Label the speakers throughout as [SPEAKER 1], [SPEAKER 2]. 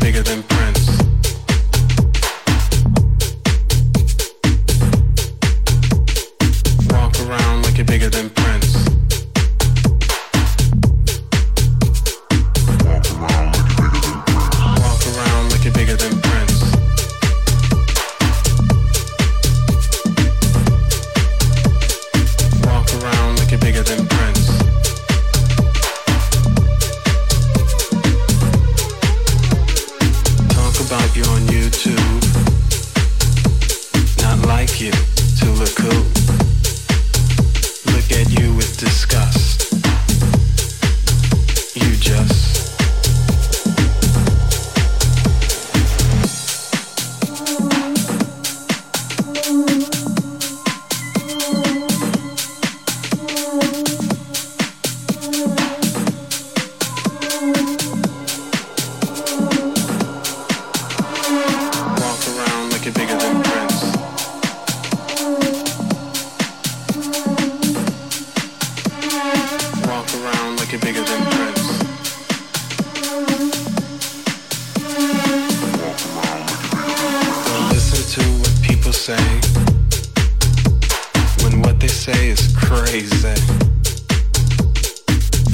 [SPEAKER 1] bigger than Prince. Walk around like you're bigger than Prince. Walk around like you're bigger than Prince. Walk around like you're bigger than Prince. Talk about you on YouTube. Not like you to look cool. Look at you with disgust. You just. Walk around like you're bigger than Prince. Walk around like you're bigger than Prince. Don't listen to what people say when what they say is crazy.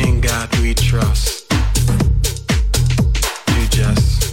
[SPEAKER 1] In God we trust. You just.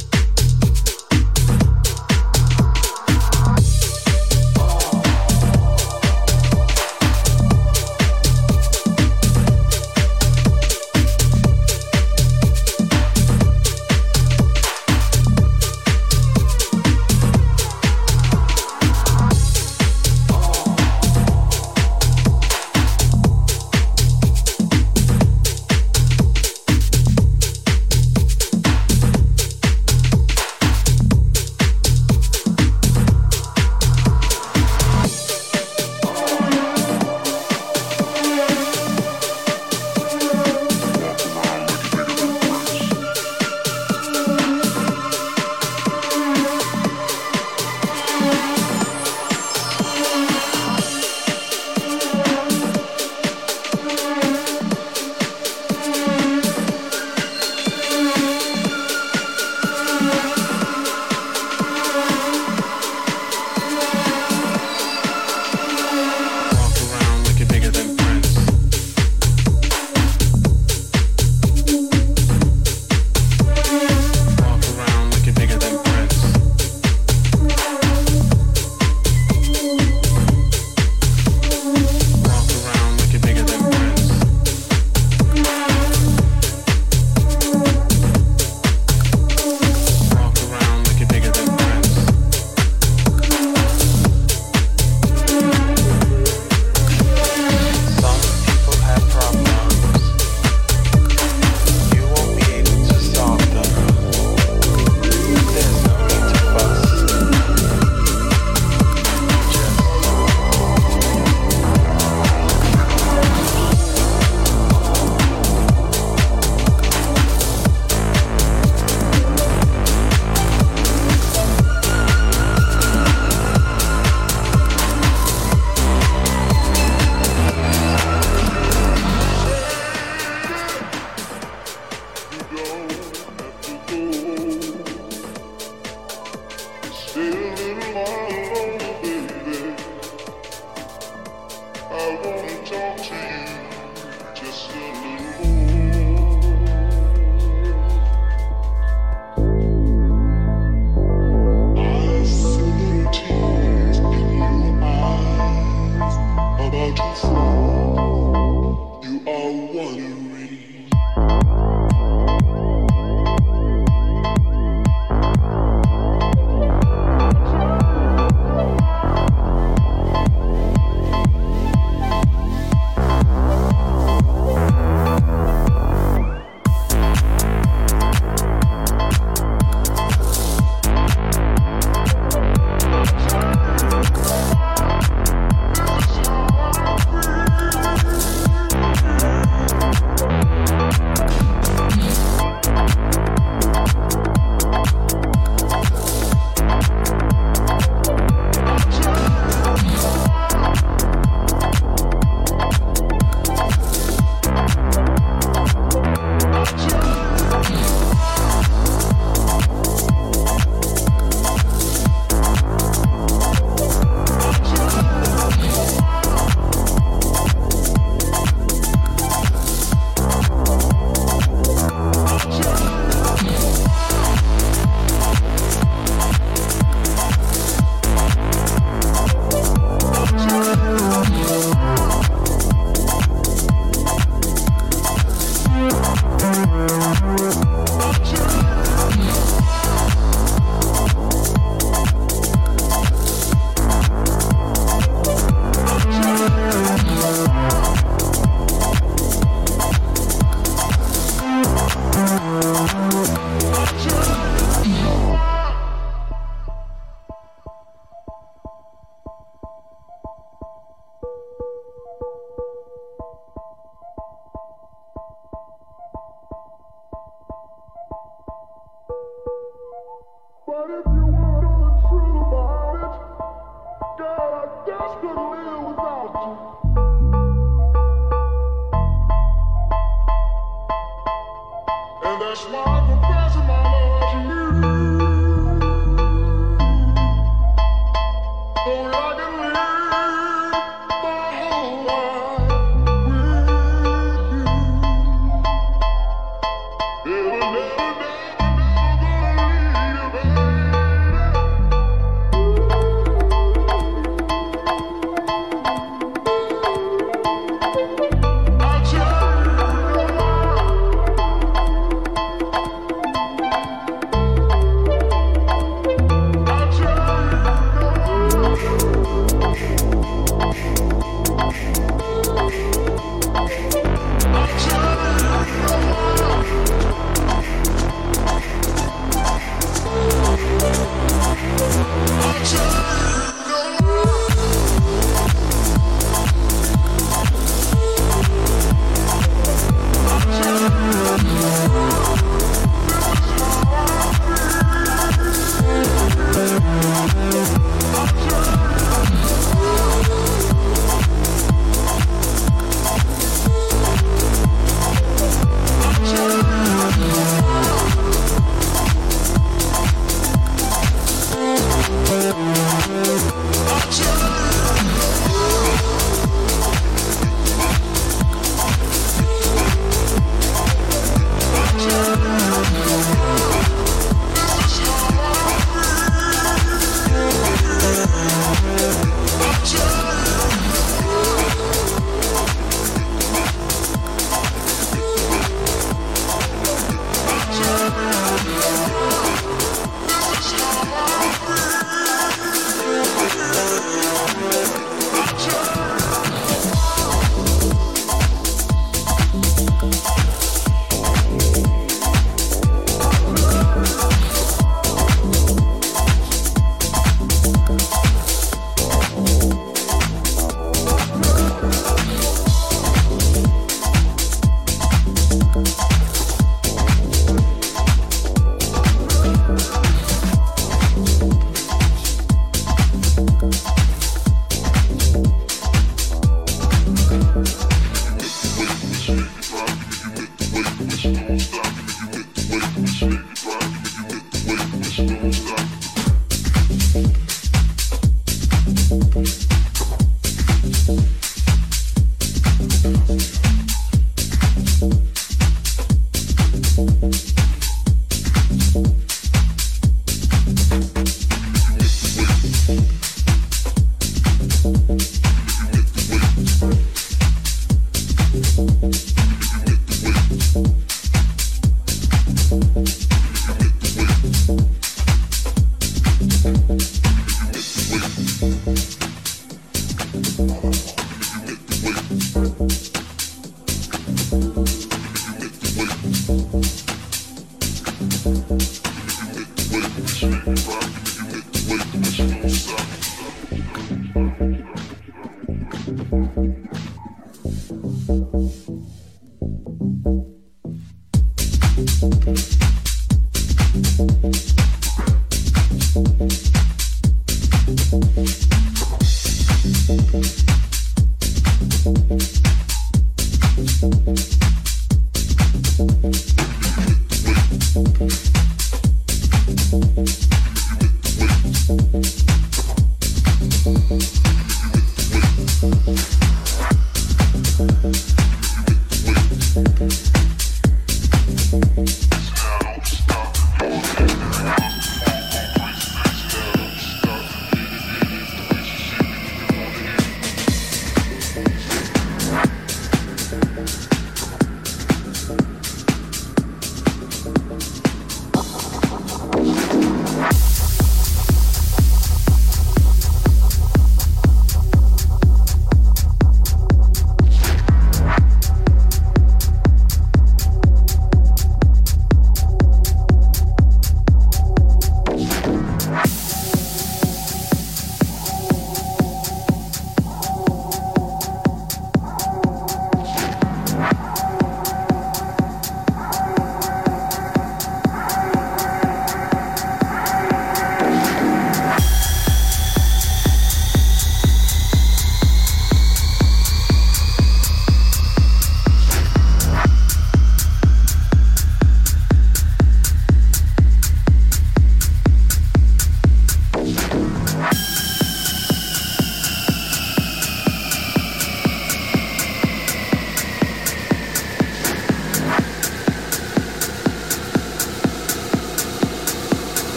[SPEAKER 2] Thank